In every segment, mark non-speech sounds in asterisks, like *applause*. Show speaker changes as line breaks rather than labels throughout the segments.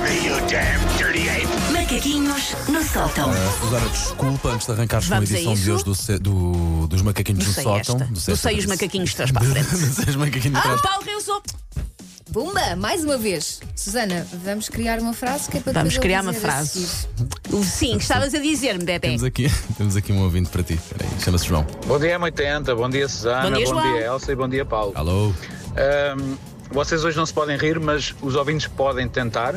Damn dirty ape!
Macaquinhos no sótão.
Susana, desculpa antes de arrancares com a
Vamos a
edição de
isso?
hoje do, se- do- dos macaquinhos
Do
no
Sei
sótão.
Esta. Do Sei os macaquinhos de trás para a frente.
é *laughs* Do Sei os macaquinhos de
Ah,
trás.
Paulo Reusou.
Bumba, mais uma vez. Susana, vamos criar uma frase que é para
Vamos
depois eu
criar uma
dizer a
frase.
seguir.
Sim, estavas a dizer-me, Bebé.
Temos aqui, temos aqui um ouvinte para ti. Peraí, chama-se João.
Bom dia, M80. Bom dia, Susana.
Bom dia, João.
Elsa. E bom dia, Paulo.
Alô?
Ahm, vocês hoje não se podem rir, mas os ouvintes podem tentar.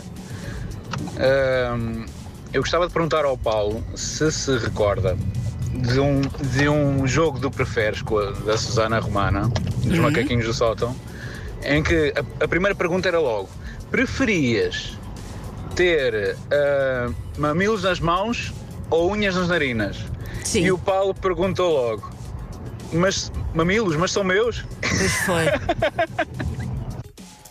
Ahm, eu gostava de perguntar ao Paulo se se recorda de um, de um jogo do Preferes com a- da Susana Romana, dos Macaquinhos do Sótão, em que a, a primeira pergunta era logo: preferias ter ah, mamilos nas mãos ou unhas nas narinas?
Sim.
E o Paulo perguntou logo: mas mamilos, mas são meus?
Pois foi.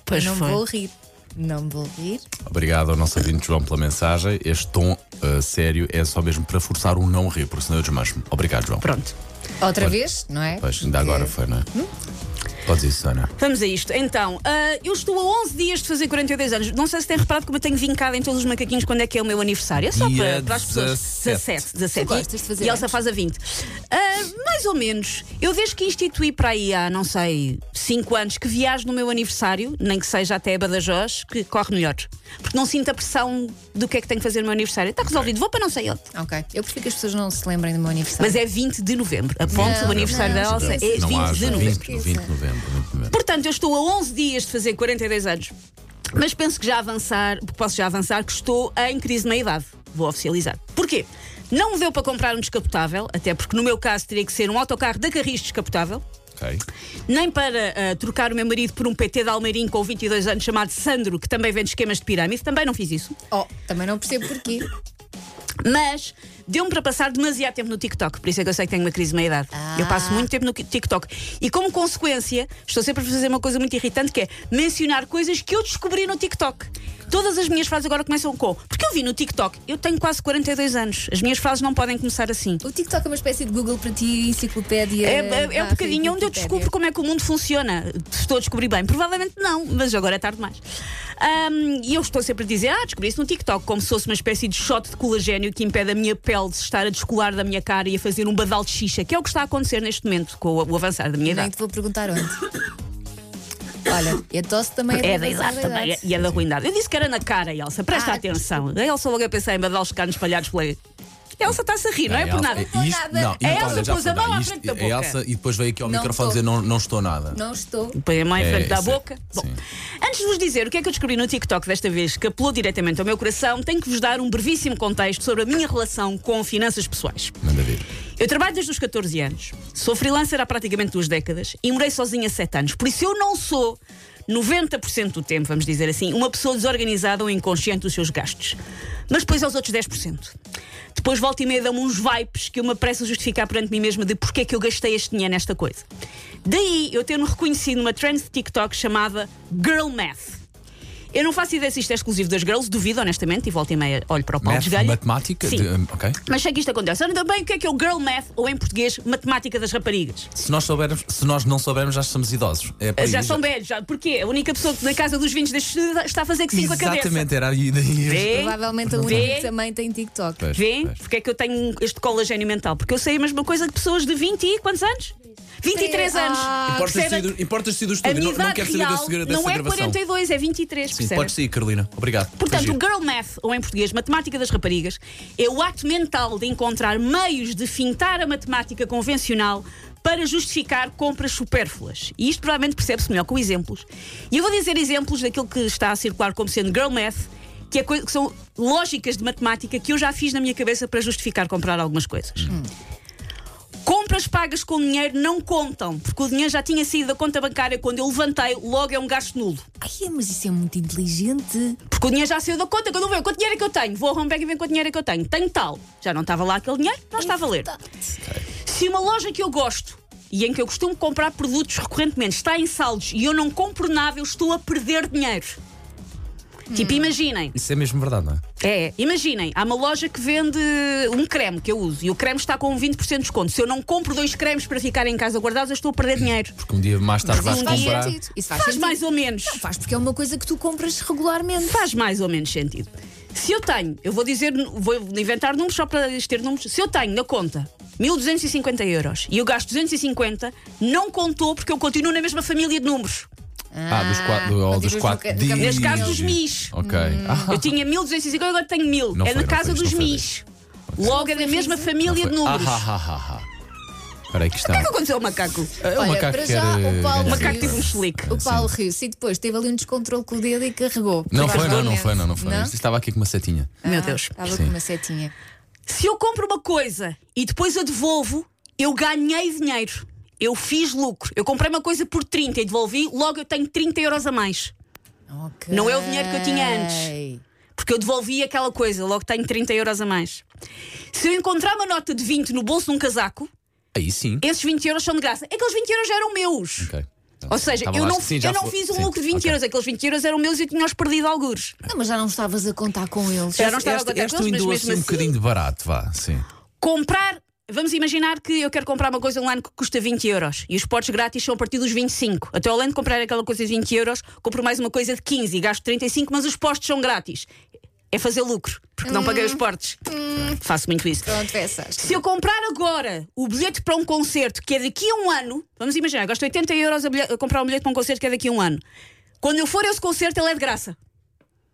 Pois
Não
foi.
vou rir. Não vou rir.
Obrigado ao nosso ouvinte João pela mensagem. Este tom ah, sério é só mesmo para forçar o não rir, porque senão eu desmancho-me. Obrigado, João.
Pronto.
Outra vez, não é? Hum?
Pois, ainda agora foi, não é? Podes ir, Susana.
Vamos a isto. Então, ah, eu estou a 11 dias de fazer 42 anos. Não sei se têm reparado como eu tenho vincado em todos os macaquinhos quando é que é o meu aniversário. É só
Dia
para, para as pessoas.
17.
17. 17.
Tu gostas de fazer
e Elsa
anos?
faz a 20. Ah, mais ou menos. Eu desde que instituí para aí há, não sei, 5 anos que viajo no meu aniversário, nem que seja até a Badajoz, que corre melhor. Porque não sinto a pressão do que é que tenho que fazer no meu aniversário. Está resolvido, vou para não sei onde.
Ok. Eu prefiro que as pessoas não se lembrem do meu aniversário.
Mas é 20 de novembro. Aponte
Não,
o aniversário
não,
da Elsa. É 20
não
de
haja,
novembro.
20, 20 de novembro. 20 de novembro.
Portanto, eu estou a 11 dias de fazer 42 anos. Mas penso que já avançar, posso já avançar, que estou em crise de meia-idade. Vou oficializar. Porquê? Não me deu para comprar um descapotável, até porque no meu caso teria que ser um autocarro da Carris descapotável,
Ok.
nem para ah, trocar o meu marido por um PT de Almeirim com 22 anos chamado Sandro, que também vende esquemas de pirâmide, também não fiz isso.
Oh, também não percebo porquê.
Mas deu-me para passar demasiado tempo no TikTok, por isso é que eu sei que tenho uma crise de meia-idade.
Ah.
Eu passo muito tempo no TikTok. E como consequência, estou sempre a fazer uma coisa muito irritante que é mencionar coisas que eu descobri no TikTok. Todas as minhas frases agora começam com porque eu vi no TikTok, eu tenho quase 42 anos. As minhas frases não podem começar assim.
O TikTok é uma espécie de Google para ti, enciclopédia.
É, é- é um
barra
bocadinho onde eu
Wikipédia.
descubro como é que o mundo funciona. Estou a descobrir bem. Provavelmente não, mas agora é tarde demais. Ahm, e eu estou sempre a dizer, ah, descobri isso no TikTok, como se fosse uma espécie de shot de colagênio que impede a minha pele de se estar a descolar da minha cara e a fazer um badal de xixa, que é o que está a acontecer neste momento com o, o avançar da minha
Nem
idade.
te vou perguntar onde. Olha, e a tosse também é,
É da idade também, e é da ruindade. Eu disse que era na cara, Elsa, presta
Ah.
atenção. A Elsa logo a pensar em badal canos espalhados pela. Elsa está-se a rir, não é por nada.
Isto- não, e
A
repara,
Elsa
já
pôs a
foi, não,
mão à
isto-
frente da
a
boca.
Elsa, e depois veio aqui ao
Não
microfone dizer
estou.
não, não estou nada.
Não estou.
Põe a mão em
É,
frente da
isso é.
boca. Bom,
Sim.
antes de vos dizer o que é que eu descobri no TikTok desta vez, que apelou diretamente ao meu coração, tenho que vos dar um brevíssimo contexto sobre a minha relação com finanças pessoais.
Manda ver.
Eu trabalho desde os 14 anos, sou freelancer há praticamente duas décadas e morei sozinha há 7 anos. Por isso eu não sou, 90% do tempo, vamos dizer assim, uma pessoa desorganizada ou inconsciente dos seus gastos. Mas depois aos outros 10%. Depois volta e meia dão-me uns vipes que eu me apresso a justificar perante mim mesma de porque é que eu gastei este dinheiro nesta coisa. Daí eu ter-me reconhecido numa trend de TikTok chamada Girl Math. Eu não faço ideia se isto é exclusivo das girls, duvido honestamente, e volta e meia olho para o Paulo
Math,
Esgalha.
matemática?
Sim.
de- hum, ok.
Mas sei que isto acontece. Ora também, o que é que é o girl math, ou em português, matemática das raparigas?
Se nós, soubermos, se nós não soubermos, já somos idosos. É por aí,
já são velhos, já. Porquê? A única pessoa que na casa dos 20 destes está a fazer que 5 a cabeça.
Exatamente, era aí daí.
Vê?
Provavelmente a
Vê?
única que também tem TikTok.
Pois,
Vê?
pois.
Porque é que eu tenho este colagênio mental? Porque eu sei a mesma coisa que pessoas de 20 e quantos anos? 23 anos.
Ah,
Importas-te
Percebem?
do- Importas-te do
A
estúdio,
minha
não, não
idade
quero saber
real
dessa, gra- dessa
não é
gravação.
42, é 23,
Sim,
percebem?
podes sair, Carolina. Obrigado. Foi
Portanto,
giro.
o girl math, ou em português, matemática das raparigas, é o ato mental de encontrar meios de fintar a matemática convencional para justificar compras supérfluas. E isto provavelmente percebe-se melhor com exemplos. E eu vou dizer exemplos daquilo que está a circular como sendo girl math, que, é coi- que são lógicas de matemática que eu já fiz na minha cabeça para justificar comprar algumas coisas. Compras pagas com dinheiro não contam, porque o dinheiro já tinha saído da conta bancária quando eu levantei, logo é um gasto nulo.
Ai, mas isso é muito inteligente.
Porque o dinheiro já saiu da conta, quando eu vejo quanto dinheiro é que eu tenho, vou ao home bank e ver quanto dinheiro é que eu tenho. Tenho tal. Já não estava lá aquele dinheiro, não está Tá a valer.
Então. Tá.
Se uma loja que eu gosto e em que eu costumo comprar produtos recorrentemente está em saldos e eu não compro nada, eu estou a perder dinheiro. Tipo, imaginem.
Isso é mesmo verdade, não é?
É, imaginem, há uma loja que vende um creme que eu uso e o creme está com um 20% de desconto. Se eu não compro dois cremes para ficar em casa guardados, eu estou a perder dinheiro.
Porque um dia mais tarde vais
Isso faz
comprar.
sentido. é Isso faz,
um. Faz um.
sentido.
mais ou menos.
Faz porque é uma coisa que tu compras regularmente.
Faz mais ou menos sentido. Se eu tenho, eu vou dizer, vou inventar números só para ter números. Se eu tenho na conta 1250 euros e eu gasto 250, não contou porque eu continuo na mesma família de números.
Ah, dos quatro, ou dos
continuas
quatro
no ca- no caminho
dias.
Neste
Ih.
caso dos MIS.
Ok. Ah,
Eu tinha 1250, agora tenho 1000.
Não
é
foi,
na
não
casa
foi isto,
dos
não foi
MIS. Logo é da mesma família de números. Então,
ah, ah, ah, ah. Espera aí que tá- está.
O que aconteceu ao macaco?
É um
Olha,
macaco
para
que
já,
quer,
o Paulo
eh,
O macaco
ganhar
teve um
dinheiro.
chelique.
O Paulo riu-se e depois teve ali um descontrole com o dedo e
Não
carregou.
foi, não, não
Provavelmente.
foi, não, não foi. Isto Estava aqui com uma setinha.
Meu
Ah,
Deus.
Estava
Sim.
com uma setinha.
Se eu compro uma coisa e depois a devolvo, eu ganhei dinheiro. Eu fiz lucro. Eu comprei uma coisa por 30 e devolvi, logo eu tenho 30 euros a mais.
Ok.
Não é o dinheiro que eu tinha antes. Porque eu devolvi aquela coisa, logo tenho 30 euros a mais. Se eu encontrar uma nota de 20 no bolso de um casaco,
Aí sim.
esses 20 euros são de graça. Aqueles 20 euros já eram meus.
Ok.
Ou seja,
Estava
eu
lá, assim,
não,
sim, já
eu não
foi-
fiz um
sim,
lucro de 20
ok.
euros, aqueles 20 euros eram meus e eu tinha-os perdido alguns.
Não, mas já não estavas a contar com eles.
Já não estava a
Este,
contar
este
com eles, mas
Windows
mesmo
um
assim-
bocadinho de barato, vá, sim.
Comprar. Vamos imaginar que eu quero comprar uma coisa online que custa 20 euros e os potes grátis são a partir dos 25. Até além de comprar aquela coisa de 20 euros, compro mais uma coisa de 15 e gasto 35, mas os postos são grátis. É fazer lucro, porque não paguei os portes. Faço muito isso.
Pronto, pensaste.
Se eu comprar agora o bilhete para um concerto que é daqui a um ano, vamos imaginar, eu gasto 80 euros a, bilhe- a comprar um bilhete para um concerto que é daqui a um ano. Quando eu for a esse concerto, ele é de graça.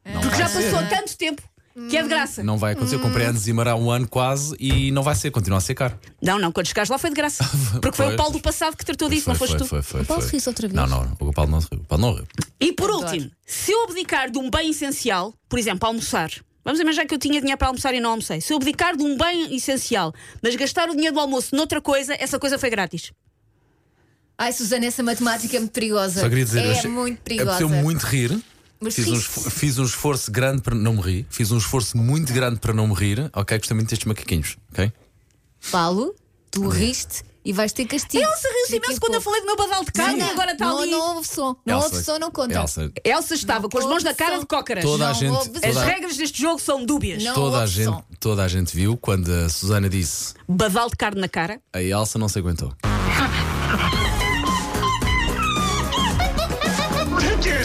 É. Porque já passou tanto tempo que é de graça.
Ah, Não vai acontecer. Eu comprei antes de há um ano quase e não vai ser, continua a ser caro.
Não, não, quando chegares lá foi de
*laughs*
graça. Porque foi
Pois.
o Paulo do passado que tratou disso,
foi,
não foste
foi,
tu.
Foi, foi,
O Paulo
foi.
riu-se outra vez.
Não, não, o Paulo não se riu. O Paulo não riu.
E por
Adoro.
último, se eu abdicar de um bem essencial, por exemplo, almoçar, vamos imaginar que eu tinha dinheiro para almoçar e não almocei. Se eu abdicar de um bem essencial, mas gastar o dinheiro do almoço noutra coisa, essa coisa foi grátis.
Ai, Susana, essa matemática é muito perigosa.
Só queria dizer, eu
é
achei-
muito perigosa.
Apeteceu muito rir.
Mas
Fiz um,
riste.
esfor- fiz um esforço grande para não me rir. Fiz um esforço muito grande para não me rir. Ok, gostei muito destes macaquinhos. Ok?
Paulo, tu riste e vais ter castigo.
Elsa riu-se imenso quando eu falei do meu badal de carne e agora está
não,
ali.
Não houve som. Não houve som, não conta.
Elsa,
Elsa estava
Não
com as mãos na
houve
cara
som.
de cócaras.
Toda a
Não
gente-
houve
toda
As
som.
a-
regras deste jogo são dúbias.
Não
toda, a
houve
gente,
som.
toda a gente viu quando a Susana disse
Badal de carne na cara.
a Elsa não se aguentou.
Take your